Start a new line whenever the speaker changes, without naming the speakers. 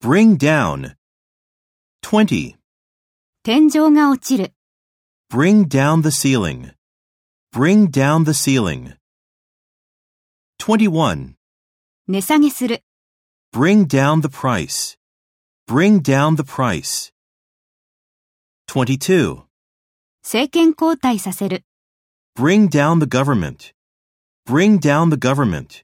Bring down. 20.
天井が落ちる、
Bring down the ceiling. Bring down the ceiling. 21.
値下げする、
Bring down the price. Bring down the price. 22.
政権交代させる。
Bring down the government. Bring down the government.